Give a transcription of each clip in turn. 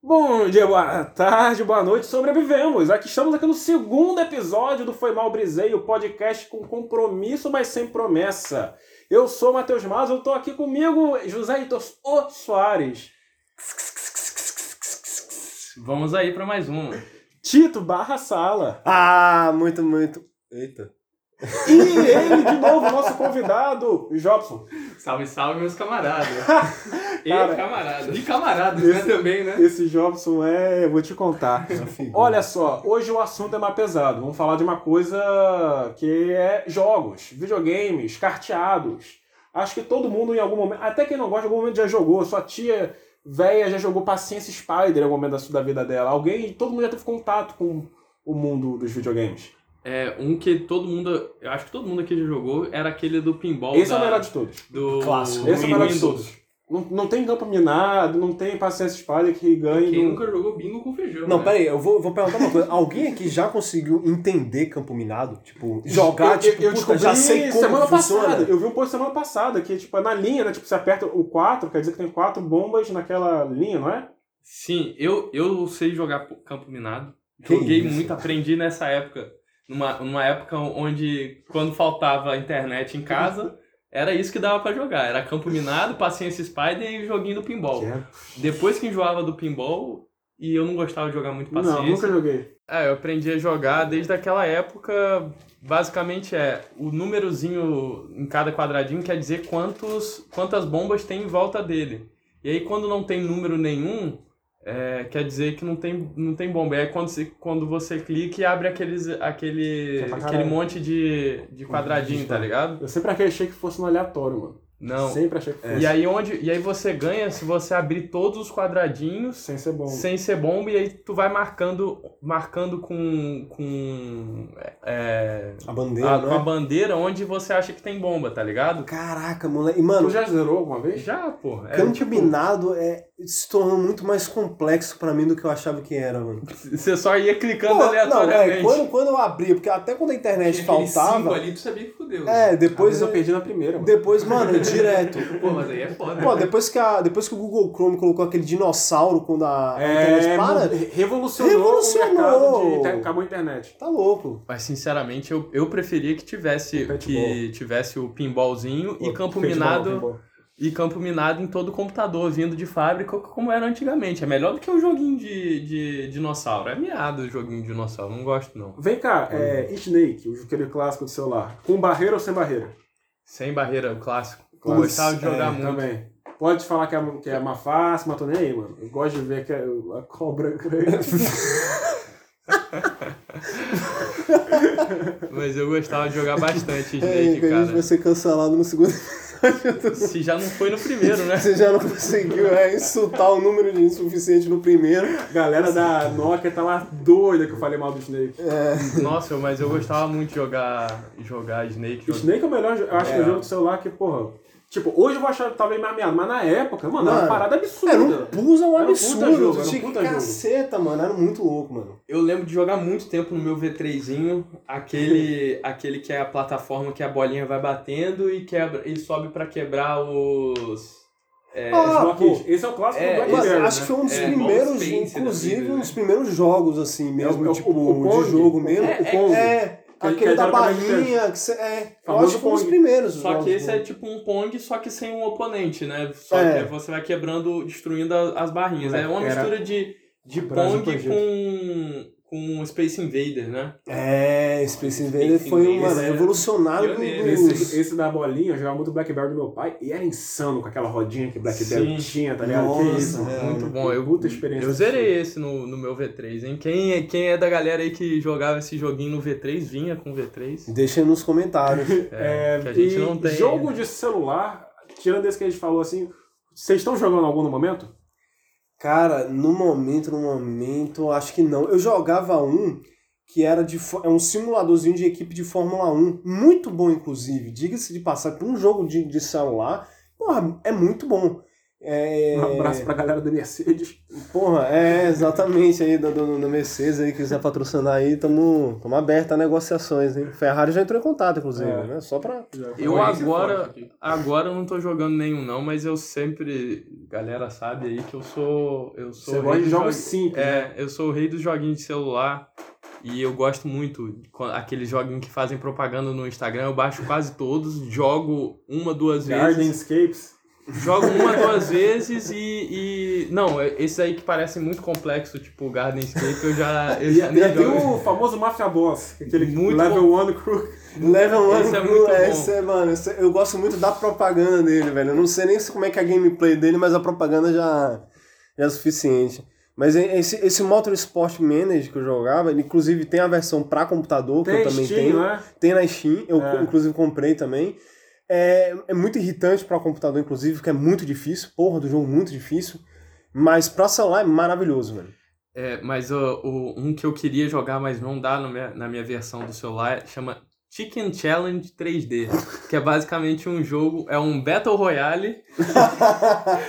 Bom dia, boa tarde, boa noite, sobrevivemos! Aqui estamos aqui no segundo episódio do Foi Mal Brisei, o podcast com compromisso, mas sem promessa. Eu sou o Matheus Mas, eu tô aqui comigo, José Heitor O Soares, Vamos aí pra mais uma. Tito Barra Sala. Ah, muito, muito. Eita. E ele, de novo, nosso convidado, Jobson. Salve, salve, meus camaradas. E Cara, camaradas. De camaradas, esse- né, também, né? Esse Jobson é. eu vou te contar. Olha só, hoje o assunto é mais pesado. Vamos falar de uma coisa que é jogos, videogames, carteados. Acho que todo mundo em algum momento, até quem não gosta, em algum momento já jogou. Sua tia velha já jogou Paciência Spider em algum momento da sua- da vida dela. Alguém, todo mundo já teve contato com o mundo dos videogames. É, um que todo mundo, eu acho que todo mundo aqui já jogou, era aquele do pinball Esse da, é o melhor de todos. do Clássico. Esse é o melhor de Windows. todos. Não, não tem campo minado, não tem Paciência Spider que ganhe. Quem não- nunca jogou bingo com feijão, Não, né? pera aí, eu vou, vou perguntar uma coisa. Alguém aqui já conseguiu entender campo minado? Tipo, Eu- jogar, eu, tipo, eu puta, descobri já sei como semana funciona. passada. Eu vi um post semana passada que, tipo, na linha, né? Tipo, você aperta o 4, quer dizer que tem quatro bombas naquela linha, não é? Sim, eu, eu sei jogar po- campo minado. Que Joguei isso? muito, aprendi nessa época. Numa, numa época onde, quando faltava internet em casa, era isso que dava pra jogar. Era campo minado, paciência spider e joguinho do pinball. Depois que enjoava do pinball, e eu não gostava de jogar muito paciência. Não, nunca joguei. Ah, eu aprendi a jogar desde aquela época. Basicamente é o númerozinho em cada quadradinho quer dizer quantos, quantas bombas tem em volta dele. E aí quando não tem número nenhum, é, quer dizer que não tem, não tem bomba. E aí quando você, quando você clica e abre aqueles, aquele, Que é pra caralho. aquele monte de, de quadradinho, tá ligado? Eu sempre achei que fosse no aleatório, mano. Não. Sempre achei que É. fosse. E aí onde. E aí você ganha se você abrir todos os quadradinhos Sem ser bom. sem ser bomba, e aí tu vai marcando, marcando com, com, é, A bandeira, a, Ah, com a né? bandeira onde você acha que tem bomba, tá ligado? Caraca, moleque. E, Tu mano, já zerou alguma vez? Já, pô. É, campo tipo, minado é, se tornou muito mais complexo pra mim do que eu achava que era, mano. você só ia clicando Pô, não, aleatoriamente. é, quando, quando eu abria, porque até quando a internet faltava... ali, tu sabia que fudeu. É, depois... Depois eu perdi na primeira, mano. Depois, mano, direto. Pô, mas aí é foda. Pô, depois que, a, depois que o Google Chrome colocou aquele dinossauro quando Ah, a, a É, internet mano, para, re- revolucionou, Revolucionou. o mercado de... te- Acabou a internet. tá louco. Mas sinceramente, eu, eu preferia que tivesse, O paintball. que tivesse o pinballzinho e Pô, campo futebol, minado futebol. e campo minado em todo computador, vindo de fábrica, como era antigamente. É melhor do que o joguinho de, de dinossauro. É miado o joguinho de dinossauro, não gosto não. Vem cá, é, Snake, o- aquele clássico do celular. Com barreira ou sem barreira? Sem barreira, o clássico. Eu Clássico. gostava de jogar É, muito. Também. Pode falar que é, que é má fácil, mas tô nem aí, mano. Eu gosto de ver que é a cobra grande. Mas eu gostava de jogar bastante É, Snake, que a gente vai cara. ser cancelado no segundo episódio. Se já não foi no primeiro, né? Você já não conseguiu é, insultar o número de insuficiente no primeiro. Galera da Nokia tá lá doida que eu falei mal do Snake. É, Nossa, mas eu gostava muito de jogar, jogar Snake. jogar- Snake é o melhor, jo- eu acho que é o jogo do celular que, porra. Tipo, hoje eu vou achar talvez mais meado, mas na época, mano, era uma Mano, parada absurda. Era um puzzle Era um puta absurdo. jogo, era um tinha que- puta jogo. caceta, mano. Era muito louco, mano. Eu lembro de jogar muito tempo no meu V3zinho, aquele, aquele que é a plataforma que a bolinha vai batendo e, quebra, e sobe pra quebrar os. É, Ah, Os pô. Block Kids. Esse é o clássico É, do Black Mas era, Mirror, acho né? que foi um dos É, bom primeiros, suspense da inclusive, vida, um né? dos primeiros jogos, assim, mesmo, É, o- tipo, o Pong. de jogo mesmo. É, o Pong. É, aquele que da era pra você barrinha, que cê, é, eu Famoso acho que foi um dos Pong. primeiros. Só jogos, que esse né? é tipo um Pong, só que sem um oponente, né? Só É. que você vai quebrando, destruindo a- as barrinhas. É, uma Era- mistura de, de Brasil Pong Projeto. com, Tipo com Space Invader, né? É, Space Invader foi um, mano, Esse é revolucionário do, pioneiro. Esse, dos... esse da bolinha, eu jogava muito Black Bear do meu pai e era insano com aquela rodinha que Black Sim. Bear tinha, tá ligado? que Nossa, isso, é, mano. Muito bom. Eu, Puta experiência. eu zerei esse no, no meu V3, hein? Quem é, quem é da galera aí que jogava esse joguinho no V3, vinha com V3. Deixa aí nos comentários. É, que a gente e não tem. jogo de celular, tirando esse que a gente falou assim, vocês estão jogando algum no momento? Cara, no momento, no momento, acho que não. Eu jogava um que era de fo- é um simuladorzinho de equipe de Fórmula 1, muito um bom inclusive. Diga-se de passar por um jogo de, de celular, porra, é muito bom. É... Um abraço pra galera da Mercedes. Porra, é exatamente aí da, do- da Mercedes aí, quiser patrocinar aí, tamo, tamo aberto a negociações, hein? Ferrari já entrou em contato, inclusive, É. né? Só pra. Eu Foi esse agora- forte aqui. Agora eu não tô jogando nenhum, não, mas eu sempre. Galera sabe aí que eu sou. Eu sou Você o gosta rei de dos jogos jogos- simples. né? É, eu sou o rei dos joguinhos de celular. E eu gosto muito quan- aqueles joguinhos que fazem propaganda no Instagram. Eu baixo quase todos, jogo uma, duas Garden vezes. Escapes. Jogo uma, duas vezes e. e- Não, esses aí que parecem muito complexo, tipo Gardenscape, eu já. Eu E, já nem e tem jogo. um- o famoso Mafia Boss, aquele Muito level 1 crew. Level 1 Esse é Crew, muito bom. esse é, mano, esse é- eu gosto muito da propaganda dele, velho. Eu não sei nem se- como é que é a gameplay dele, mas a propaganda já, já é suficiente. Mas e- esse, esse Motorsport Manager que eu jogava, ele inclusive tem a versão pra computador, que eu Tem também Steam, tenho. né? Tem na Steam, eu É. inclusive comprei também. É, é muito irritante para computador, inclusive, porque é muito difícil. Porra, do jogo muito difícil. Mas pra celular é maravilhoso, velho. É, mas ó, o, um que eu queria jogar, mas não dá no minha- na minha versão do celular, chama Chicken Challenge 3D, que é basicamente um jogo, é um Battle Royale de Cala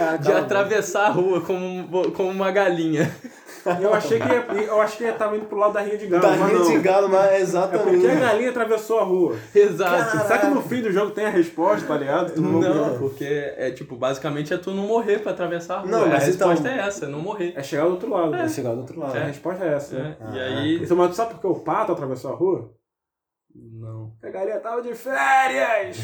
a boca. atravessar a rua como, um bo- como uma galinha. Eu achei que ia- eu achei que ia tava indo pro lado da Rinha de Galo, Da mas rede de não. Tá galo, mas É porque a exatamente. galinha atravessou a rua. Exato. Será que no fim do jogo tem a resposta, tá ligado? Tu Não, porque é tipo, basicamente é tu não morrer pra atravessar a rua. Não, a mas então- resposta é essa, não morrer. É chegar do outro lado. É chegar do outro lado. A resposta é essa. né? É, e Ah, aí. Isso, mas tu sabe por que o pato atravessou a rua? Não. Porque a galinha tava de férias!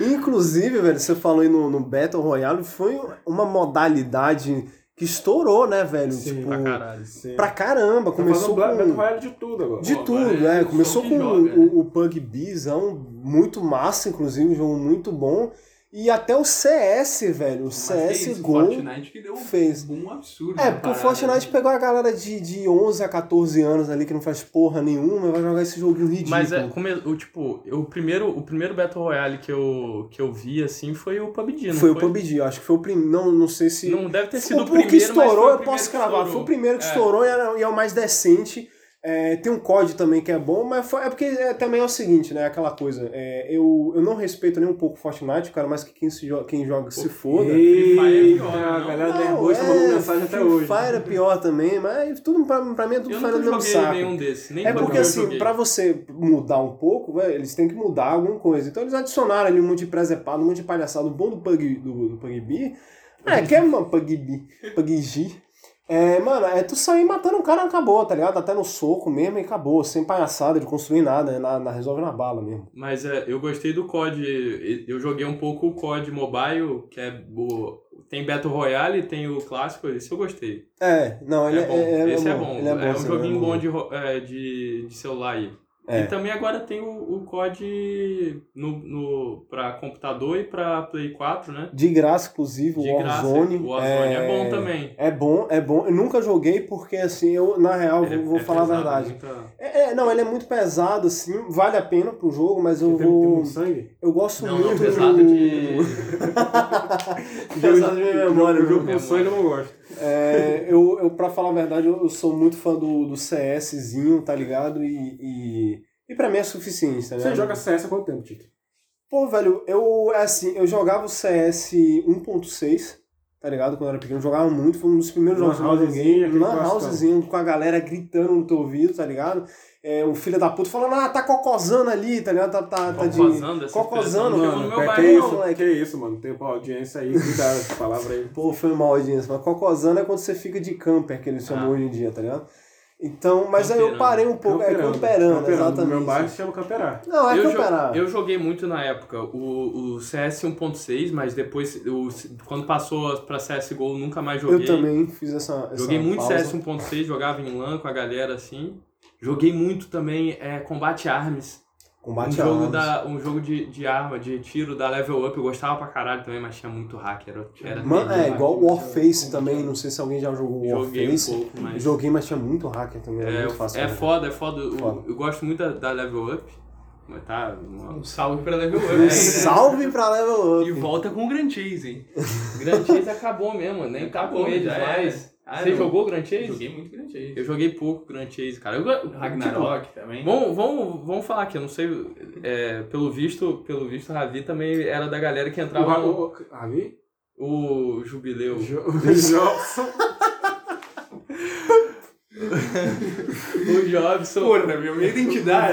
Inclusive, velho, você falou aí no, no Battle Royale, foi uma modalidade que estourou, né, velho? Sim, tipo, Pra caralho. Sim. pra caramba, começou tá fazendo Battle com... Royale de tudo agora. De Pô, tudo, agora é né? o Começou som com que joga, né? o, o PUBGzão, muito massa, inclusive, um jogo muito bom. E até o CS, velho, o Mas é isso, CSGO Fortnite que deu um fez. boom absurdo. tá É, na porque o parada, Fortnite né? pegou a galera de, de 11 a 14 anos ali, que não faz porra nenhuma, e vai jogar esse joguinho ridículo. Mas é, come, o, tipo, o primeiro, o primeiro Battle Royale que eu, que eu vi assim foi o PUBG, não foi, o PUBG, eu acho que foi o primeiro, não, não sei se... Não deve ter sido o, o, primeiro, que mas foi o estourou, eu primeiro posso que cravar. estourou. Foi o primeiro que É. estourou e era- e é o mais decente. É, tem um código também que é bom, mas foi- é porque é, também é o seguinte, né? Aquela coisa. é, eu, eu não respeito nem um pouco Fortnite, cara, mas que quem, se jo- quem joga se foda. Free Fire é Eita, pior, a não. galera da Airbus tá mandando mensagem até Free hoje. Fire é pior também, mas tudo pra, pra mim é tudo Eu farinha nunca do mesmo joguei saco. nenhum desses. Nem É PUBG porque eu assim, joguei. pra você mudar um pouco, velho, eles têm que mudar alguma coisa. Então eles adicionaram ali um monte de presepado, um monte de palhaçada. O bom do Pug, do, do PUBG é que é uma PUBG, PUBG. É, mano, é tu sair matando um cara e acabou, tá ligado? Até no soco mesmo e acabou, sem palhaçada de construir nada, é na, na- resolve na bala mesmo. Mas é, eu gostei do COD. e- Eu joguei um pouco o COD Mobile, que é o, tem Battle Royale, tem o clássico. Esse eu gostei. É, não, ele é é, bom. é- ele esse é bom. Ele É, é bom, um sim, joguinho ele é bom de, ro- é, de, de celular aí. É. E também agora tem o, o COD no, no, pra computador e pra Play 4, né? De graça, inclusive, o De graça. Warzone. o Warzone é... bom também. É bom, é bom. Eu nunca joguei porque, assim, eu, na real, Ele é- vou, vou é falar pesado, a verdade. muita- É, é, não, ele é muito pesado, assim, vale a pena pro jogo, mas eu Tem, tem muito vou. sangue? Eu gosto Não, não, muito pesado do. de. pesado de memória, O jogo né? com sangue eu não gosto. É, eu, eu, pra falar a verdade, eu, eu sou muito fã do, do CSzinho, tá ligado? E, e. E pra mim é suficiente, tá ligado? Você joga CS há quanto tempo, Tito? Pô, velho, eu é assim, eu jogava o CS 1.6, tá ligado? Quando eu era pequeno, eu jogava muito, foi um dos primeiros Lan jogos que eu housezinho, joguei. aquele Lan classicão. housezinho, com a galera gritando no teu ouvido, tá ligado? É, o filho da puta falando, ah, tá cocosando ali, tá ligado? Tá, tá, tá de. Cocosando, essa Cocosando, expressão não mano, chegou no que, meu que bairro, isso, não. é moleque. que isso, mano? Tem uma audiência aí, cuidado essa palavra aí. Pô, foi mal, audiência, mas cocosando é quando você fica de camper, que eles chamam Ah. hoje em dia, tá ligado? Então, mas aí eu Camperando. parei um pouco, é camperando, No exatamente. meu bairro se chama camperar. Não, é eu, jo- camperar. eu joguei muito na época o, o CS 1.6, mas depois, o, quando passou pra CSGO, eu nunca mais Eu joguei. também fiz essa. essa Joguei muito pausa. CS 1.6, jogava em LAN com a galera assim. Joguei muito também é, Combate Arms, um Combate jogo, a armas. da, um jogo de, de arma, de tiro da Level Up. Eu gostava pra caralho também, mas tinha muito hacker. Era, era Mano, é terrível. igual o Warface também, não sei se alguém já jogou o Joguei um Warface. pouco, mas. Joguei, mas tinha muito hacker também, era É, muito fácil. é né? foda, é foda. Eu, Foda. eu gosto muito da, da Level Up. mas Tá, uma- Um salve pra Level é. Up. Um hein? Salve pra level E up. volta com o Grand Chase, hein? Grand Chase acabou mesmo, nem Acabou, tá com eles já mais. era. Ah, Você não. jogou Grand Chase? Joguei muito Grand Chase. Eu joguei pouco Grand Chase, cara. Eu, Ragnarok também. Tipo, vamos, vamos, vamos falar aqui, eu não sei. é, pelo visto, pelo visto, o Ravi também era da galera que entrava. um- O, no- o, o, Ravi? O Jubileu. Jo- Jobson. O Jobson. Porra, meu, minha identidade.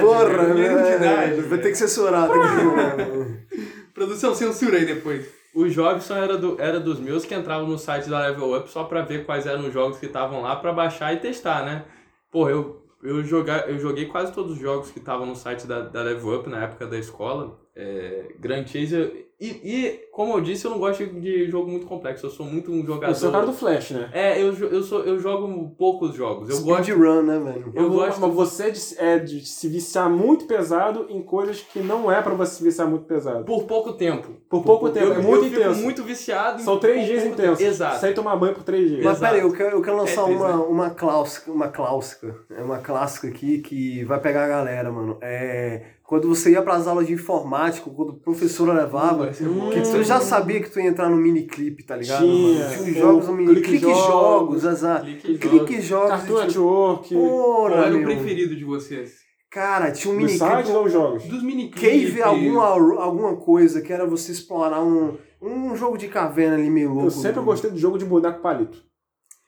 né? Porra, meu, minha identidade. velho. Vai velho. ter que censurar. Tem que... Produção, censura aí depois. O Jobson era, do, era dos meus que entrava no site da Level Up só pra ver quais eram os jogos que estavam lá pra baixar e testar, né? Porra, eu, eu, joga, eu joguei quase todos os jogos que estavam no site da, da Level Up na época da escola. É, Grand Chase. eu- E, e, como eu disse, eu não gosto de jogo muito complexo. Eu sou muito um jogador. Você é o cara do Flash, né? É, eu, jo- eu, sou, eu jogo poucos jogos. Eu gosto. Speedrun, né, velho? Eu gosto- Mas você é de, é de se viciar muito pesado em coisas que não é pra você se viciar muito pesado. Por pouco tempo. Por pouco tempo, eu, é muito eu fico intenso. muito viciado. em São três pouco dias tempo. intensos. Exato. Sem tomar banho por três dias. Mas Exato. peraí, eu quero, eu quero lançar Tetris, uma, né? uma, clássica, uma clássica. É uma clássica aqui que vai pegar a galera, mano. É. Quando você ia pras aulas de informática, quando a professora levava, Esse é bom. que tu já sabia que tu ia entrar no miniclip, tá ligado? Tinha. mano? Tinha os jogos no Ou miniclip. clique Clique jogos, exato. Clique Clique jogos. Cartoon e tinha- Network, Porra, Qual era o meu. preferido de vocês? Cara, tinha um dos sites miniclip. um ou jogos? Dos mini Cave, alguma, alguma coisa que era você explorar um, um jogo de caverna ali meio louco. Eu sempre gostei do jogo de boneco palito.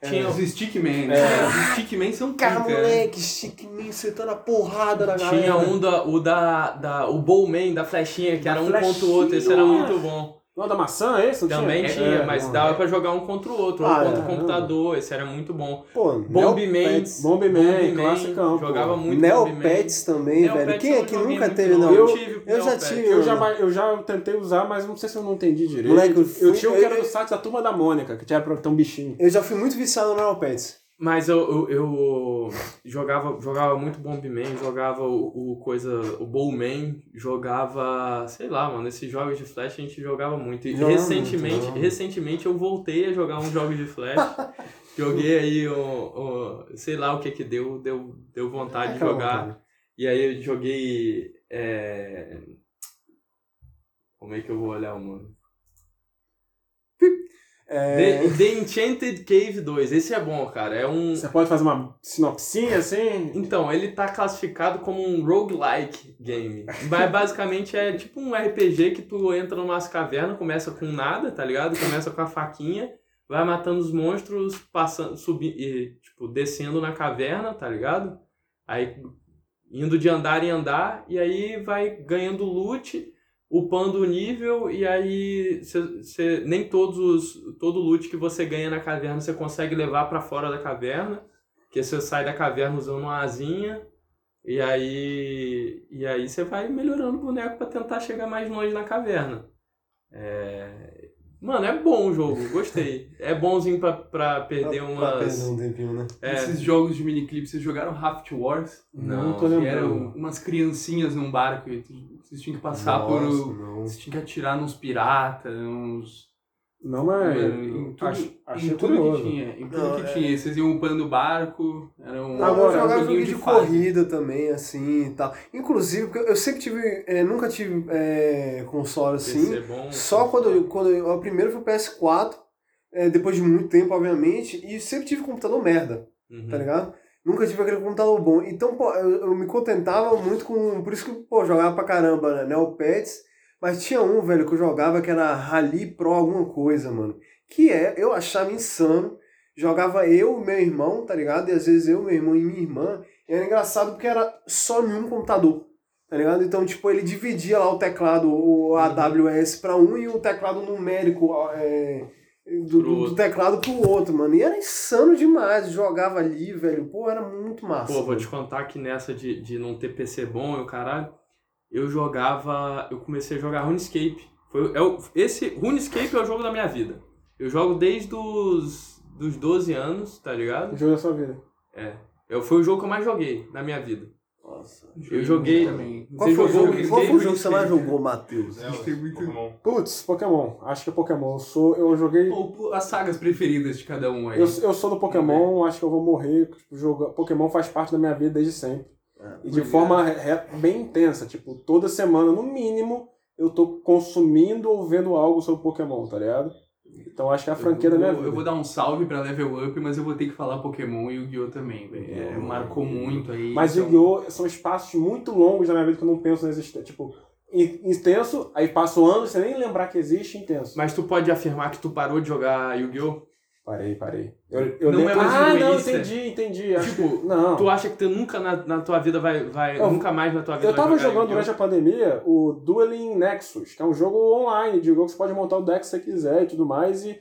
É, Tinha os né? Stickman. É. Os Stickman são pica. Cara, moleque, chique, man, você tá na porrada da galera. é. Tinha um da, o da, da o Bowman da flechinha, que Da era um flechinha. contra o outro, esse era muito bom. Não, da maçã, esse? Não Também tinha, tinha, É, mas não. dava pra jogar um contra o outro, ou Ah, contra é, o computador, esse era muito bom. Pô, Bomb Man, Neopets. Bomb Man, Bomb Man, classicão, pô. jogava muito Bomb Man. Neopets também, Neopets velho. Quem eu é que joguei nunca muito, teve não. Eu Neopets? tive eu já Neopets. tive. Eu já, ba- eu já tentei usar, mas não sei se eu não entendi direito. Moleque, eu um eu, fui- tinha o que era eu- do site da Turma da Mônica, que tinha pra ter um bichinho. Eu já fui muito viciado no Neopets. Mas eu, eu, eu jogava, jogava muito Bomb Man, jogava o, o coisa, o Bowman, jogava, sei lá, mano, esses jogos de flash a gente jogava muito. E Jogava recentemente, muito, jogava. recentemente eu voltei a jogar uns jogos de flash. Joguei aí o, o- sei lá o que que deu, deu, deu vontade de Aquela jogar. vontade. E aí eu joguei é... como é que eu vou olhar o nome? É, The, The Enchanted Cave 2. Esse é bom, cara. É um Você pode fazer uma sinopsinha assim? Então, ele tá classificado como um roguelike game. Mas basicamente é tipo um RPG que tu entra numas cavernas, começa com nada, tá ligado? Começa com a faquinha, vai matando os monstros, passando, subindo e tipo descendo na caverna, tá ligado? Aí indo de andar em andar e aí vai ganhando loot, upando o nível e aí cê- cê- nem todos os todo loot que você ganha na caverna você consegue levar pra fora da caverna. Porque você sai da caverna usando uma asinha e aí e aí você vai melhorando o boneco pra tentar chegar mais longe na caverna. É, Mano, é bom o jogo, gostei. É bonzinho pra, pra perder pra perder umas. um tempinho, né? É. Esses jogos de miniclip, vocês jogaram Raft Wars? Não, Não, tô que Que lembrando. eram umas criancinhas num barco e tu- vocês tinham que passar Nossa, por. não. Vocês tinham que atirar nos piratas, uns. Não, mas. Em tudo- ach- achei em tudo que curioso. tinha. Em tudo Não, que é. tinha. Vocês iam upando o barco. Era um. Agora, era eu um jogava jogo joguinho de, fase. corrida também, assim e tal. Inclusive, porque eu sempre tive. eh, nunca tive eh, console assim. Esse é bom. Só quando eu, quando eu, o primeiro foi o PS4, é, depois de muito tempo, obviamente, e sempre tive computador merda, Uhum. tá ligado? Nunca tive aquele computador bom. Então, pô, eu, eu me contentava muito com. Por isso que, pô, jogava pra caramba, né? Neopets. Mas tinha um, velho, que eu jogava que era Rally Pro alguma coisa, mano. Que é, eu achava insano. Jogava eu, meu irmão, tá ligado? E às vezes eu, meu irmão e minha irmã. E era engraçado porque era só num computador, tá ligado? Então, tipo, ele dividia lá o teclado, Uhum. o AWS pra um e o teclado numérico é, Pro do, do- do outro. teclado pro outro, mano. E era insano demais. Jogava ali, velho. Pô, era muito massa. Pô, vou mano. te contar que nessa de, de não ter PC bom e o caralho, eu jogava. Eu comecei a jogar RuneScape. Foi, é o- esse RuneScape é o jogo da minha vida. Eu jogo desde os dos 12 anos, tá ligado? Jogo da sua vida. Eu, foi o jogo que eu mais joguei na minha vida. Nossa. Eu joguei. também. Qual foi, o jogou jogo, qual foi o jogo que você Escape? mais jogou, Matheus? Eu gostei muito. Pokémon. Putz, Pokémon. Acho que é Pokémon. Eu, sou, eu joguei. Ou as sagas preferidas de cada um aí. Eu, eu sou do Pokémon, acho que eu vou morrer. tipo, joga- Pokémon faz parte da minha vida desde sempre. Ah, E de forma re- bem intensa. Tipo, toda semana, no mínimo, eu tô consumindo ou vendo algo sobre Pokémon, tá ligado? Então acho que é a franquia eu, da minha eu vida. vou dar um salve pra Level Up, mas eu vou ter que falar Pokémon e Yu-Gi-Oh! também, velho. É, marcou muito aí. Mas então- Yu-Gi-Oh! são espaços muito longos da minha vida que eu não penso na existência. Tipo, in- intenso, aí passa o ano, você nem lembrar que existe intenso. Mas tu pode afirmar que tu parou de jogar Yu-Gi-Oh? Parei, parei. Eu, eu Não lembro- é mais ah, não, egoísta. entendi, entendi. Acho Tipo, que- não. Tu acha que tu nunca na, na tua vida vai. vai Eu- nunca mais na tua vida Eu vai tava jogar jogando durante Yu-Gi-Oh? a pandemia o Dueling Nexus, que é um jogo online, de jogo que você pode montar o deck que você quiser e tudo mais, e,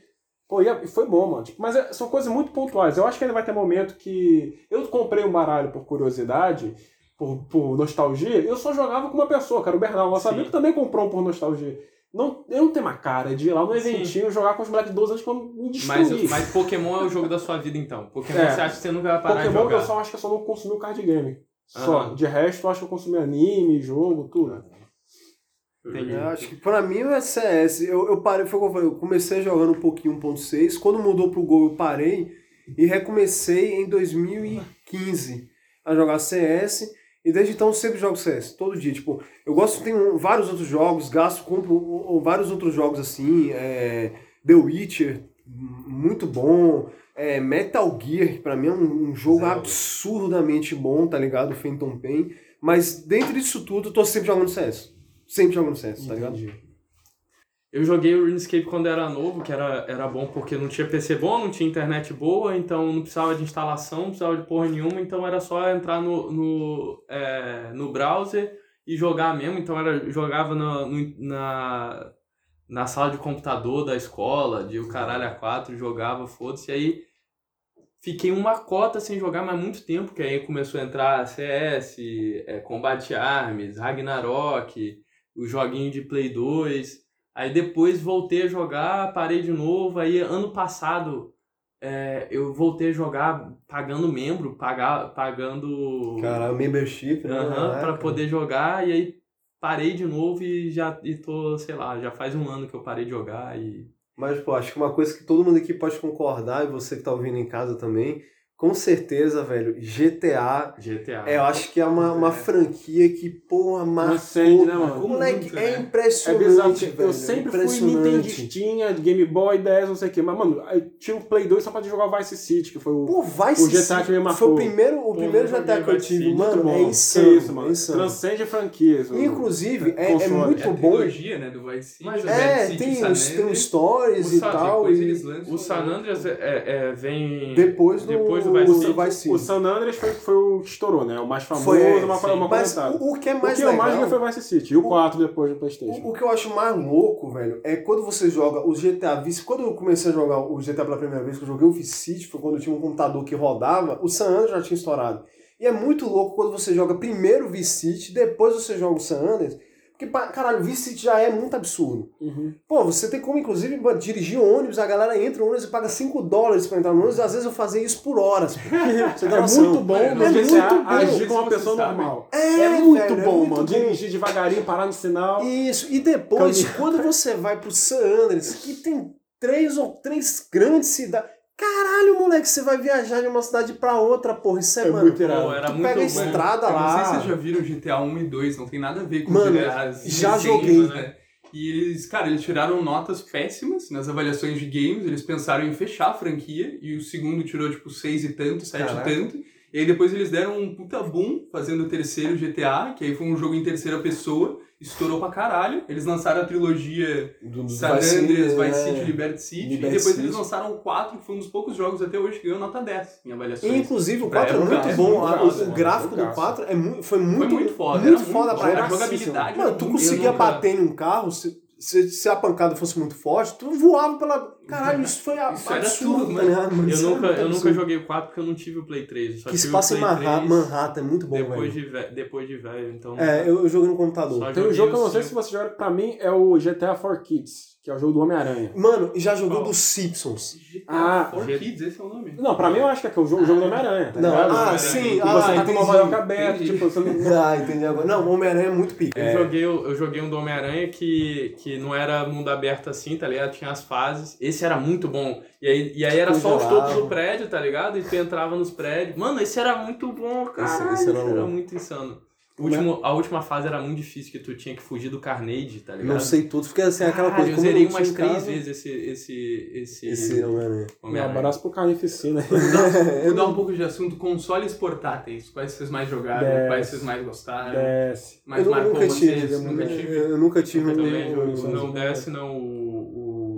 pô, e é- e foi bom, mano. Tipo, mas é- são coisas muito pontuais. Eu acho que ainda vai ter momento que. Eu comprei um baralho por curiosidade, por, por nostalgia, eu só jogava com uma pessoa, cara, o Bernal, nosso Sim. amigo também comprou um por nostalgia. Não, eu não tenho uma cara de ir lá no Sim. eventinho jogar com os moleques de 12 anos pra me destruir. Mas, mas Pokémon é o jogo da sua vida, então. Pokémon É. você acha que você nunca vai parar Pokémon de eu jogar. só acho que eu só não consumi o card game. Só. Aham. De resto, eu acho que eu consumi anime, jogo, tudo. Entendi. Eu acho que pra mim é CS. Eu, eu parei, foi o que eu falei, eu comecei jogando um pouquinho 1.6, quando mudou pro gol eu parei e recomecei em 2015 a jogar CS. E desde então eu sempre jogo CS, todo dia. Tipo, eu gosto, tenho vários outros jogos, gasto, compro ou- ou vários outros jogos assim. é, The Witcher, m- muito bom. é, Metal Gear, que pra mim é um, um jogo Zelda. absurdamente bom, tá ligado? Phantom Pain. Mas dentro disso tudo, eu tô sempre jogando CS. Sempre jogando CS, tá ligado? Eu joguei o RuneScape quando era novo, que era, era bom porque não tinha PC bom, não tinha internet boa, então não precisava de instalação, não precisava de porra nenhuma, então era só entrar no, no, é, no browser e jogar mesmo. Então era, jogava na, no- na, na sala de computador da escola, de o caralho a quatro, jogava, foda-se. E aí fiquei uma cota sem jogar, mas muito tempo, que aí começou a entrar CS, é, Combate Arms, Ragnarok, o joguinho de Play 2. Aí depois voltei a jogar, parei de novo. Aí ano passado é, eu voltei a jogar pagando membro, pagar, pagando Cara, membership, né? Aham, Caraca. pra poder jogar. E aí parei de novo e já e tô, sei lá, já faz um ano que eu parei de jogar. E Mas, pô, acho que uma coisa que todo mundo aqui pode concordar, e você que tá ouvindo em casa também, com certeza, velho, GTA, GTA. é, eu acho que é uma, uma franquia que, porra, marcou. Transcende, né, mano? Moleque, Muito, é né? É impressionante, bizarro, tipo, velho. eu sempre fui impressionante. Nintendistinha, Game Boy 10, não sei o que, mas mano, eu tinha um Play 2 só pra jogar o Vice City, que foi o. Pô, Vice O GTA City que me Foi marcou. o primeiro, o Pô, primeiro eu GTA que eu joguei Vice tive, City, muito mano, bom. é Que insano, isso, mano. é insano. Transcende franquias. mano. Inclusive, é, é Console. muito É a bom. trilogia, né, do Vice City. Mas o É, Vice City, tem, San os, tem os Andreas. stories O e San- tal. depois e eles lançam né? O San Andreas é, é- é- vem. Depois do Depois do o Vice City. San- Vice City. O San Andreas foi, foi o que estourou, né? O mais famoso, Foi, é, uma, sim. uma Mas comentada. o, o que é O mais que eu legal... mais joguei foi o Vice City, e o O- 4 depois do PlayStation. O, o que eu acho mais louco, velho, é quando você joga o GTA Vice. Quando eu comecei a jogar o GTA pela primeira vez, que eu joguei o Vice City, foi quando eu tinha um computador que rodava, o San Andreas já tinha estourado. E é muito louco quando você joga primeiro o Vice City, depois você joga o San Andreas, porque, pa- caralho, o Vice City já é muito absurdo. Uhum. Pô, você tem como, inclusive, ba- dirigir ônibus, a galera entra no ônibus e paga 5 dólares pra entrar no ônibus, e às vezes eu fazia isso por horas. pô. Você tem É noção? muito bom É no muito GTA bom. agir como uma Vocês pessoa sabem. normal. É, É, muito velho, é bom, muito mano. Dirigir devagarinho, parar no sinal. Isso, e depois, Caminho. quando você vai pro San Andreas, que tem três ou três grandes cidades. Caralho, moleque, você vai viajar de uma cidade pra outra, porra. Isso é, É mano. muito Tu irado. Pô, era muito pega a bom. estrada Eu lá. Não sei se vocês já viram GTA 1 e 2, não tem nada a ver com Mano, as já recentes, joguei. Né? E eles, cara, eles tiraram notas péssimas nas avaliações de games, eles pensaram em fechar a franquia, e o segundo tirou tipo 6 e tanto, 7 Caraca. e tanto. E aí depois eles deram um puta boom fazendo o terceiro GTA, que aí foi um jogo em terceira pessoa, estourou pra caralho. Eles lançaram a trilogia Do, San Andreas, Vice City, Liberty City. é. Liberty e depois City. eles lançaram o 4, que foi um dos poucos jogos até hoje que ganhou nota 10 em avaliações. Inclusive, o Pra 4 é época, muito é bom. muito a- massa, o né? gráfico do Muito 4 é mu- foi muito, foi muito foda. Muito era foda muito pra A caralho. jogabilidade. Mano, era tu muito conseguia boa, cara. bater em um carro, se, se, se a pancada fosse muito forte, tu voava pela. Caralho, isso foi a- Isso era absurdo, tudo, tá ligado, mano? Eu Isso é nunca, muito eu nunca absurdo. joguei o 4 porque eu não tive o Play 3. eu Só Que se tive passa o em Play Manha- 3 Manhattan, é muito bom, Tá depois velho. de, ve- depois de velho, então. É, eu, eu joguei no computador. só Tem um joguei jogo que eu o não sei se cinco. você joga, pra mim é o GTA 4 Kids, que é o jogo do Homem-Aranha. Mano, e já joguei Qual? dos Simpsons. GTA Ah, 4 G- Kids, esse é o nome. Não, pra mim eu acho que é o jogo, o jogo do Homem-Aranha. tá Não, ligado? ah, Homem-Aranha. sim, E você ah, tá com entendi. Nova York aberta, Entendi. tipo, você não. Ah, entendi agora. Não, o Homem-Aranha é muito pica. Eu, joguei, o- eu joguei um do Homem-Aranha que, que não era mundo aberto assim, tá ligado? Tinha as fases. Esse era muito bom. E aí, e aí era Tipo, só os Congelava. topos do prédio, tá ligado? E tu entrava nos prédios. Mano, esse era muito bom, cara. Esse- Esse, esse era era, bom. é? muito insano. O último, a última fase era muito difícil, que tu tinha que fugir do Carnage, tá ligado? Não sei todos, porque assim, é aquela Caralho, eu coisa. como zerei não tinha umas em três casa, vezes esse... Esse... Esse... Esse Homem-Aranha. Um Homem-Aranha. abraço pro Carnificina. Eu Mudar um pouco de assunto, consoles portáteis. Quais vocês mais jogaram? Yes. Quais vocês mais gostaram? Desce. Mais eu marcou nunca tive, vocês? Nunca tive. Eu nunca tive Eu um- também um- jogo. Não desce, não. O,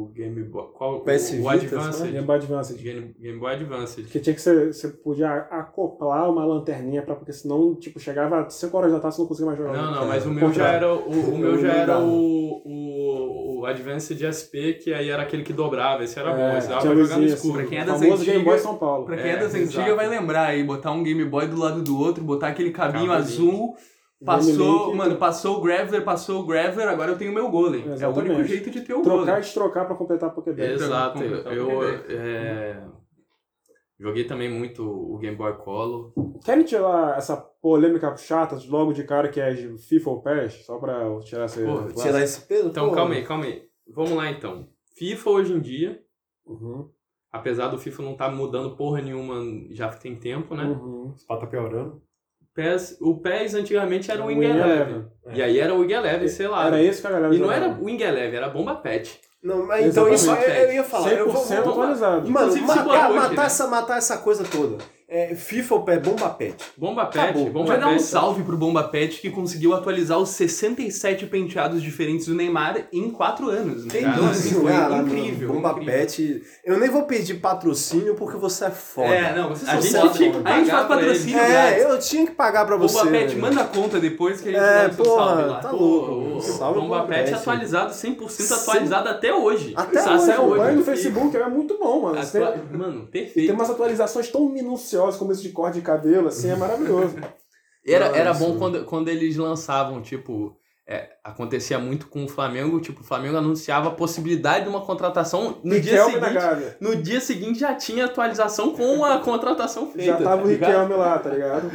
o Game Boy... Qual? o- PS o Vita, Advanced. Game Boy Advance. Game, Game Boy Advanced. Que assim, tinha que ser, você podia acoplar uma lanterninha pra, porque senão, tipo, chegava às 5 horas da tarde você não conseguia mais jogar. Não, não, cara. mas o meu já É, é Contrário. era o, o meu Eu já não era dava. o, o, o Advanced SP, que aí era aquele que dobrava, esse era É, bom, esse dava tinha pra jogar no luzinha, escuro. pra quem é O das famoso Game Boy antigas- São Paulo. Pra quem é, É, das exato. antigas vai lembrar aí, botar um Game Boy do lado do outro, botar aquele cabinho Cabo azul. Game Passou, Link, mano, passou o Graveler, passou o Graveler, agora eu tenho o meu Golem. É o Exatamente. único jeito de ter o Trocar e Golem. destrocar pra completar a Pokédex. Exato, eu, Então, eu, qualquer é, joguei também muito o Game Boy Color. Querem tirar essa polêmica chata logo de cara que é de FIFA ou PES? Só pra eu tirar essa... Pô, classe? Tirar esse peso? Então, pô. calma aí, calma aí. Vamos lá então. FIFA hoje em dia, Uhum. apesar do FIFA não estar mudando porra nenhuma, já tem tempo, né? Uhum. Os patas piorando. PES, o PES antigamente era o Wing Wing Eleven. um Eleven. É. E aí era o Wing Eleven, sei lá. Era isso que a galera E não jogava. era Wing Eleven, era Bomba Pet. Não, mas então isso eu, Exatamente. eu ia falar. Eu vou, 100% vou, atualizado. mano, Inclusive, se matar, botar hoje, matar né? essa, matar essa coisa toda. É, FIFA ou pé, bomba pet. Bomba Pet, Acabou. Bomba Vai dar um Pet. salve pro Bomba Pet que conseguiu atualizar os 67 penteados diferentes do Neymar em 4 anos. Né? Que Então, assim, foi cara, mano, incrível. Bomba incrível. pet. Eu nem vou pedir patrocínio porque você é foda. É, não, vocês A são gente foda. tinha que A gente faz pagar pra eles. patrocínio É, grátis. eu tinha que pagar pra você. Bomba Pet, né? manda a conta depois que a gente É, lança o porra, salve lá. tá Pô, louco. ô, ô, Salve Bomba Bomba Pet Pet. atualizado, 100% atualizado até hoje. Até Isso, hoje, até Vai hoje. é um no Facebook é muito bom, mano. Você Atua- tem- Mano, E tem perfeito. umas atualizações tão minuciosas como esse de corte de cabelo, assim, é maravilhoso. um Era, era Nossa. bom quando, quando eles lançavam, tipo. é, acontecia muito com o Flamengo, tipo, o Flamengo anunciava a possibilidade de uma contratação no dia Riquelme da seguinte. Gávea. No dia seguinte já tinha atualização com a contratação feita. Já tava tá o ligado? Riquelme lá, tá ligado?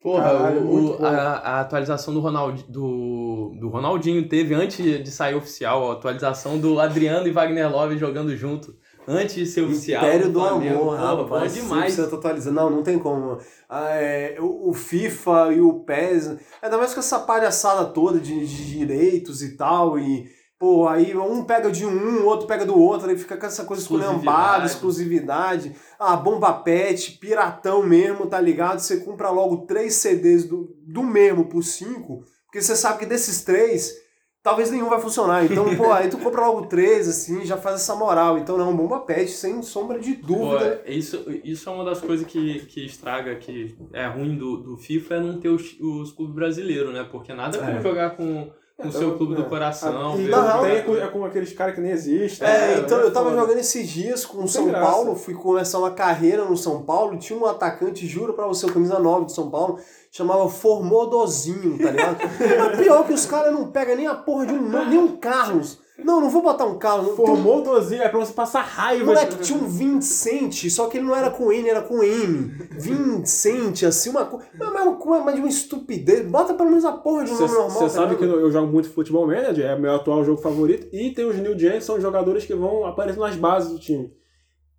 Porra, Caralho, o- muito o- bom. a, a atualização do, Ronald, do, do Ronaldinho teve antes de sair oficial, a atualização do Adriano e Wagner Love jogando junto, antes de ser oficial. Império do Flamengo. Amor, Porra, rapaz. assim. Bom demais. Você atualiza. Não, não tem como. Ah, é, o, o FIFA e o PES, ainda mais com essa palhaçada toda de, de direitos e tal, e pô, aí um pega de um, o outro pega do outro, aí fica com essa coisa esculhambada, exclusividade. Ah, bomba pet, piratão mesmo, tá ligado? Você compra logo três CDs do, do mesmo por cinco, porque você sabe que desses três, talvez nenhum vai funcionar. Então, pô, aí tu compra logo três, assim, já faz essa moral. Então, não, bomba pet, sem sombra de Pô, dúvida. isso, isso é uma das coisas que, que estraga, que é ruim do, do FIFA, é não ter os, os clubes brasileiros, né? Porque nada como É. jogar com com o seu clube do É. coração. E ver não, o- tem com, é com aqueles caras que nem existem. né? É, então eu tava foda. jogando esses dias com o Não tem São graça. Paulo, fui começar uma carreira no São Paulo, tinha um atacante, juro pra você, o camisa 9 de São Paulo, chamava Formodozinho, tá ligado? Mas pior que os caras não pegam nem a porra de um, nome, nem um Carlos. Não, não vou botar um Carlos. Tem um Formou dozinho, é pra você passar raiva. Moleque, tinha um Vincent, só que ele não era com N, era com M. Vincent, assim, uma coisa. Mas uma coisa, mas de uma estupidez. Bota pelo menos a porra de um nome normal. Você tá sabe ligado? que eu jogo muito futebol manager, é meu atual jogo favorito. E tem os New Giants, são jogadores que vão aparecendo nas bases do time.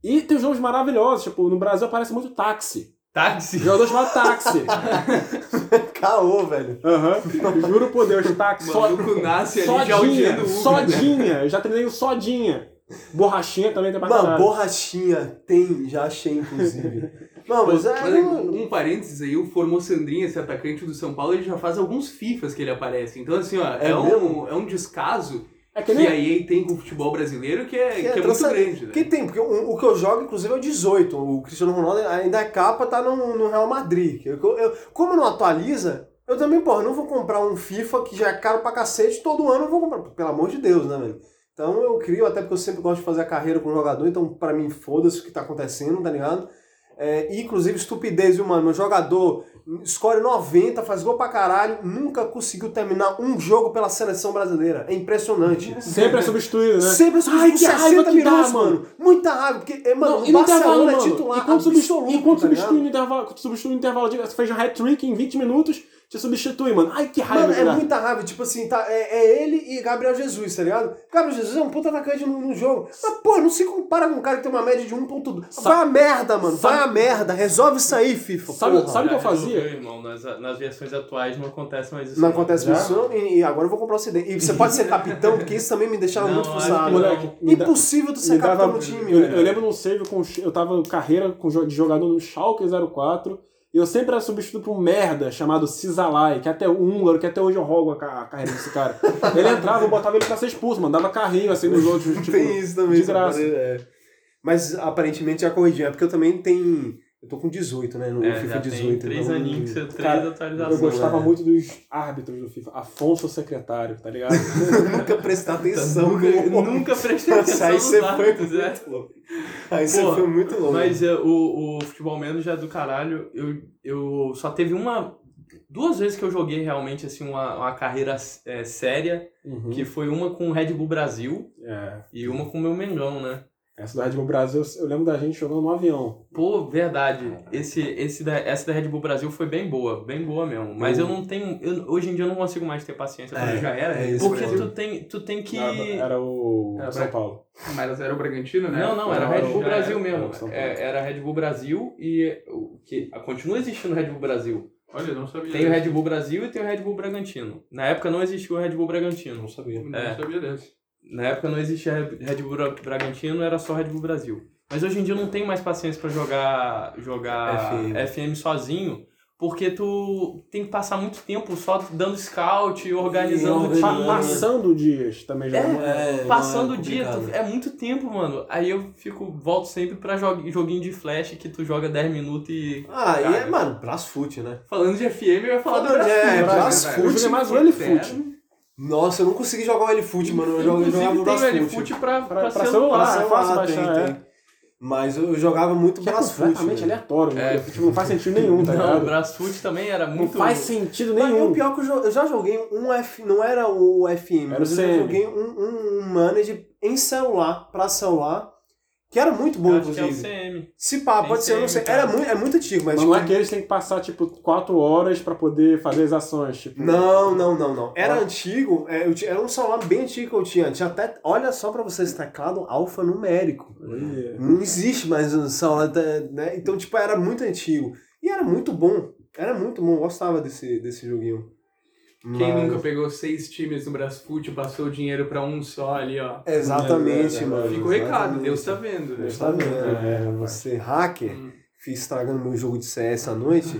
E tem os nomes maravilhosos, tipo, no Brasil aparece muito táxi. Táxi. Jogador chamado táxi. Caô, velho. Aham. Juro por Deus, táxi. O maluco nasce ali já odiando Sodinha, o Hugo. sodinha. Eu já treinei o sodinha. Borrachinha também tem pra Mano, caralho. borrachinha tem, já achei, inclusive. Não, mas é. Mas aí, um parênteses aí, o Formosandrinho, esse atacante do São Paulo, ele já faz alguns FIFAs que ele aparece. Então, assim, ó, é, É um, mesmo? é um descaso É que que nem a EA tem com o futebol brasileiro que é, Que que é é, muito transfer- grande, né? Que tem, porque um, o, o que eu jogo, inclusive, é o 18. O Cristiano Ronaldo ainda é capa, tá no, no Real Madrid. Eu, eu- como não atualiza, eu também, porra, não vou comprar um FIFA que já é caro pra cacete, todo ano eu vou comprar. Pelo amor de Deus, né, velho? Então eu crio, até porque eu sempre gosto de fazer a carreira com o jogador, então pra mim foda-se o que tá acontecendo, tá ligado? É, e, inclusive, estupidez, viu, mano? Meu jogador score 90, faz gol pra caralho, nunca conseguiu terminar um jogo pela seleção brasileira. É impressionante. sempre é substituído, né? Sempre os Ai, Ai, que 60 raiva que dá, minutos, mano. mano. Muita raiva, porque, é, mano, Não, o Barcelona é mano, titular e quando substitui, absoluto, e quando tá ligado? substitui no intervalo, quando substitui no intervalo direto, fez um hat-trick em 20 minutos te substitui, mano. Ai, que raiva, Mano, é cara. muita raiva. Tipo assim, tá, é, é ele e Gabriel Jesus, tá ligado? Gabriel Jesus é um puta atacante no, no jogo. Mas, pô, não se compara com um cara que tem uma média de 1.2. Vai a merda, mano. Vai a merda. Resolve isso aí, FIFA. Sabe- porra. sabe o que eu Cara, fazia? Meu irmão, nas, nas versões atuais não acontece mais isso. Não acontece Já? isso. E, e agora eu vou comprar o CD. E você pode ser capitão, porque isso também me deixava Não, muito acho que frustrado. não. tá Moleque, me dá- Impossível tu Me ser capitão dava- no time, né? eu, velho. eu lembro num save com. Eu tava carreira com, jo- de jogador no Schalke 04. E eu sempre era substituído por um merda chamado Cisalai, que é até húngaro, que até hoje eu rogo a, ca- a carreira desse cara. Ele entrava, eu botava ele pra ser expulso, mandava carrinho assim nos outros. Tipo, tem isso também. de isso graça. apare- é. Mas aparentemente já corrigiu. É porque eu também tenho... Eu tô com 18, né? No É, FIFA já 18. tem três então- aninhos, que você- três né? Cara, Eu atualizações. gostava né? muito dos árbitros do FIFA. Afonso Secretário, tá ligado? nunca prestar Então, atenção. Tá nunca, mano. nunca prestei atenção Aí nos você foi árbitros, muito é. louco. Aí você Pô, foi muito louco. Mas é, o, o futebol menos já é do caralho. Eu, eu só teve uma. Duas vezes que eu joguei realmente assim uma, uma carreira é, séria, Uhum. que foi uma com o Red Bull Brasil É. e uma com o meu Mengão, né? Essa do Red Bull Brasil, eu lembro da gente jogando no avião. Pô, verdade. Esse, esse da, essa da Red Bull Brasil foi bem boa, bem boa mesmo. Mas eu não tenho. eu- hoje em dia eu não consigo mais ter paciência pra Uhum. Tipo, É, jogar. né? é isso porque mesmo. tu tem, tu tem que. Era, era o Era São Bra- Paulo. Mas era o Bragantino, né? Não, não, era Não, Red era Bull o- era Brasil o São mesmo. Paulo. É, era Red Bull Brasil e. o Que, continua existindo o Red Bull Brasil. Olha, eu não sabia. Tem o dessa. Red Bull Brasil e tem o Red Bull Bragantino. Na época não existiu o Red Bull Bragantino. não sabia. Não É. sabia dessa. Na época não existia Red Bull Bra- Bragantino, era só Red Bull Brasil. Mas hoje em dia eu não tenho mais paciência pra jogar jogar FM. sozinho, porque tu tem que passar muito tempo só dando scout, organizando E o Pa- time. passando dias também É, jogando. É, Passando o dia, tu- é muito tempo, mano. Aí eu fico, volto sempre pra jo- joguinho de flash que tu joga 10 minutos e. Ah, e é, Cara. mano, Brasfoot, né? Falando de FM, eu ia falar do Falando de- é, né? Brasil. Brasfoot, Eu joguei mais o L-Foot. Inferno. Nossa, eu não consegui jogar o L-Foot, mano. Eu jogo- eu Inclusive, jogava o tem o Brasfoot. L-Foot pra, um pra, pra celular. celular, Pra é fácil celular, tem, baixar, é. tem. Mas eu eu jogava muito Que é Brasfoot. completamente velho. aleatório, né? Tipo, não faz sentido nenhum, tá Não, o ligado? Brasfoot também era Não muito. faz sentido Mas o nenhum. pior é que eu, jo- eu já joguei um F, não era o FM, Era o mas eu já CM. joguei um, um, um manager em celular, pra celular, que era muito bom, Eu acho que é o inclusive. CM. Se pá, Tem pode ser, eu não sei. CM, Era cara. muito, é muito antigo, mas. Mas não tipo, é que eles têm que passar, tipo, quatro horas pra poder fazer as ações, tipo... Não, não, não, não. Era antigo, é, eu ti- era um celular bem antigo que eu tinha. Tinha até, olha só pra vocês, teclado alfanumérico. Olha. Não existe mais um celular, tá, né? Então, tipo, era muito antigo. E era muito bom. Era muito bom, eu gostava desse, desse joguinho. Quem Mas- nunca pegou seis times no Brasfoot e passou o dinheiro pra um só ali, ó? Exatamente, É, é, é, mano. é. Fica o exatamente. recado, Deus tá vendo. Deus tá vendo. É, né? rapaz. Você, hacker, Hum. fica estragando meu jogo de CS à noite,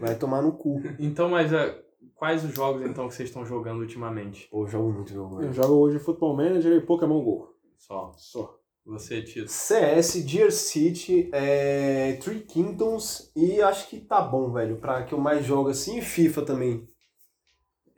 vai tomar no cu. Então, mas é, quais os jogos então que vocês estão jogando ultimamente? Pô, eu jogo muito jogo, Eu velho. jogo hoje Football Manager e Pokémon GO. Só. Só. Você, Tito. CS, Dear City, é, Three Kingdoms e acho que tá bom, velho, pra que eu mais jogo assim, e FIFA também.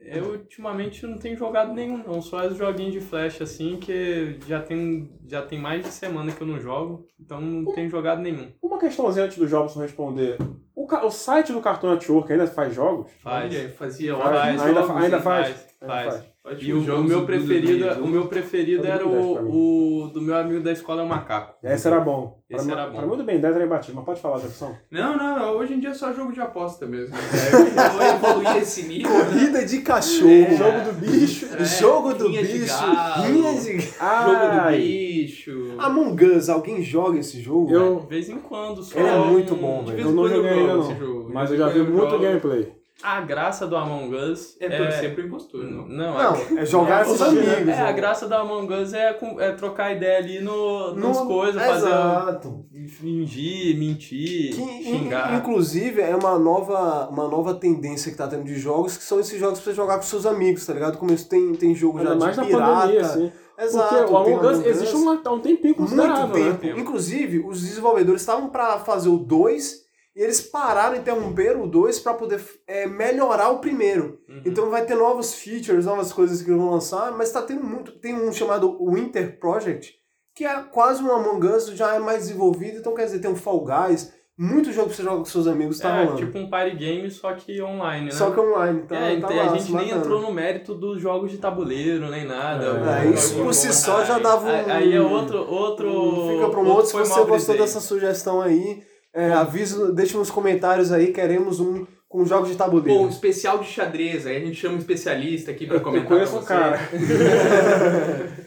Eu ultimamente não tenho jogado nenhum, não. Só os joguinhos de flash assim, que já tem, já tem mais de semana que eu não jogo, então É. não tenho jogado nenhum. Uma questãozinha antes do Jobson responder. O, ca- o site do Cartoon Network ainda faz jogos? Faz. Olha, fazia Faz, ótimos ainda- jogos, ainda hein? faz? Faz. Ainda Ótimos E o, o jogos meu dos preferido, amigos. o meu preferido Todo era mundo deve pra o, o do meu amigo da escola é o macaco. Esse era bom. Esse pra, era bom. Pra mim, do bem, 10 era imbatível, mas pode falar, um. Jobson. Não, não, não, hoje em dia é só jogo de aposta mesmo. É, eu evoluir esse nível. Corrida de cachorro. É. Jogo do bicho. É, jogo do rinha de bicho. galo. rinha de- Jogo do Ai, bicho. Among Us, alguém joga esse jogo? Eu- De vez em quando, só. é Era um- muito bom, De velho. vez eu em não quando joguei ainda jogo não. esse jogo. Mas De eu já vez vi em quando eu muito jogo. gameplay. A graça do Among Us É torcer pro impostor, não. Não, a- Não, é jogar com os amigos. É, a né? graça da Among Us é, com- é trocar ideia ali no, No- nas coisas, fazer. um um Exato. Fingir, mentir, Que, in- xingar. inclusive, é uma nova, uma nova tendência que tá tendo de jogos, que são esses jogos pra você jogar com seus amigos, tá ligado? Como isso tem, tem jogo já Ainda de mais na pirata. pandemia, assim. Exato. Porque o tem Among Us Among existe um, um tempinho muito considerável, né? tempo. Inclusive, os desenvolvedores estavam pra fazer o 2 e eles pararam, interromperam o 2 pra poder é, melhorar o primeiro. Uhum. Então vai ter novos features, novas coisas que vão lançar, mas tá tendo muito. Tem um chamado Winter Project, que é quase um Among Us, já é mais desenvolvido, então quer dizer, tem um Fall Guys, muito jogo que você joga com seus amigos, tá é, rolando. tipo um party game, só que online, né? Só que online, tá? é, tá então lá, a gente se nem matando. entrou no mérito dos jogos de tabuleiro, nem nada. É, Jogos isso de por si board. só já dava um- Aí- Aí é outro. outro Fica para um outro. Se foi você mal gostou brisei. dessa sugestão aí, é, avisa, deixa nos comentários aí. Queremos um com jogos de tabuleiro. Bom, um especial de xadrez, aí a gente chama um especialista aqui pra Eu comentar. conheço pra um você. cara.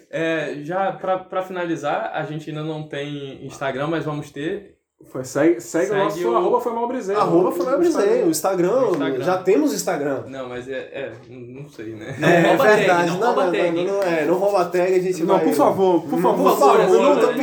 É, já pra, pra finalizar, a gente ainda não tem Instagram, mas vamos ter. Foi, segue, segue, Segue o nosso o- arroba foi mal briseiro. É, Arroba foi o Instagram. O Instagram. Instagram, já temos Instagram. É Não, mas é. é, não sei, né? Não É, rouba tag, não rouba tag, não, hein? não, é, não rouba tag, a gente Não, vai... por favor, por Não, favor. por favor, Sandra. essa não tô não,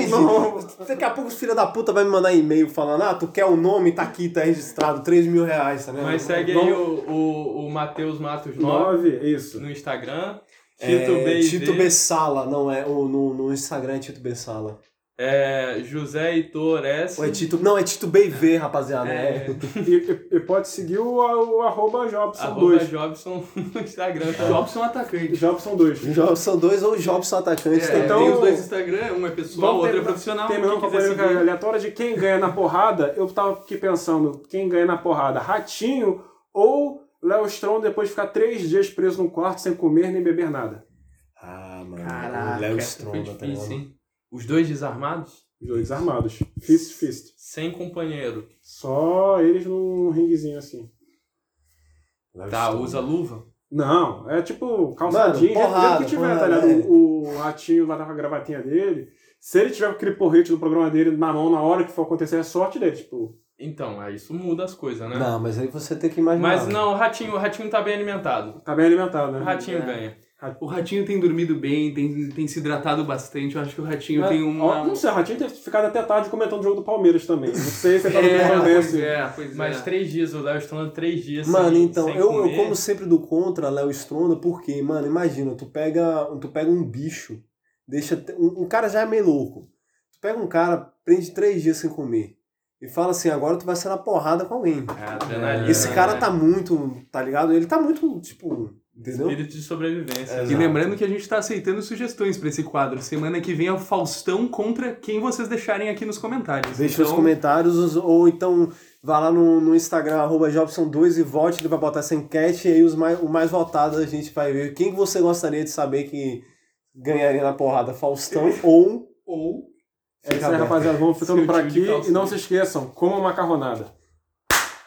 pedindo. Daqui a pouco os filhos da puta vai me mandar e-mail falando, ah, tu quer o nome, tá aqui, tá registrado, 3 mil reais, tá vendo? Mas segue aí o, o, o Matheus Matos 9 Nove, isso. no Instagram. Tito É, B. Tito Bessala, não é, o- no, no Instagram é Tito Bessala. É, José Heitor S. Ou é Tito, não, é Tito BV, rapaziada. É, É. E, e- e pode seguir o, o arroba Jobson arroba 2. Jobson no Instagram também. Jobson é atacante. Jobson 2. Jo- São dois ou Jobson atacante. É, Então- tem os dois Instagram, um é pessoal, Vamos outro é terminar- profissional. Terminou Quem com a quiser polêmica seguir. aleatória de quem ganha na porrada. Eu tava aqui pensando, quem ganha na porrada? Ratinho ou Léo Stron depois de ficar três dias preso num quarto sem comer nem beber nada? Ah, mano. Caraca, é Léo foi Stronda, tá difícil, ligado? hein? Os dois desarmados? Os dois armados. Fist, fist. Sem companheiro. Só eles num ringuezinho assim. Léo Tá, Stronda. usa luva? Não, é tipo calçadinho, Mano, porrada, que tiver, porrada, tá ligado? é. O o ratinho vai estar com a gravatinha dele. Se ele tiver com aquele porrete do programa dele na mão na hora que for acontecer, é sorte dele, tipo. Então, aí isso muda as coisas, né? Não, mas aí você tem que imaginar. Mas não, o ratinho, o ratinho tá bem alimentado. Tá bem alimentado, né? O é. ratinho ganha. O Ratinho tem dormido bem, tem, tem se hidratado bastante. Eu acho que o Ratinho Mas, tem uma... Ah, ó, Não sei, o Ratinho teve ficado até tarde comentando o jogo do Palmeiras também. Não sei se ele tá no mesmo É, pois desse. é, pois Mas é. três dias, o Léo Stronda três dias Mano, sem, então, sem eu, eu comer. como sempre do contra Léo Stronda, porque, mano, imagina, tu pega, tu pega um bicho, deixa. te- Um, um cara já é meio louco. Tu pega um cara, prende três dias sem comer. E fala assim, agora tu vai ser na porrada com alguém. É, adrenalina, Esse cara né? tá muito, tá ligado? Ele tá muito, tipo, entendeu? Espírito de sobrevivência. É, né? E lembrando que a gente tá aceitando sugestões pra esse quadro. Semana que vem é o Faustão contra quem vocês deixarem aqui nos comentários. Deixa Então, nos comentários, os- ou então vá lá no, no Instagram, arroba Jobson2 e vote, ele vai botar essa enquete, e aí os mais, o mais votado a gente vai ver quem que você gostaria de saber que ganharia na porrada, Faustão ou... Ou É isso Fica É aí, aberto. rapaziada. Vamos ficando Seu por time de aqui. calça. E não se esqueçam, comam macarronada.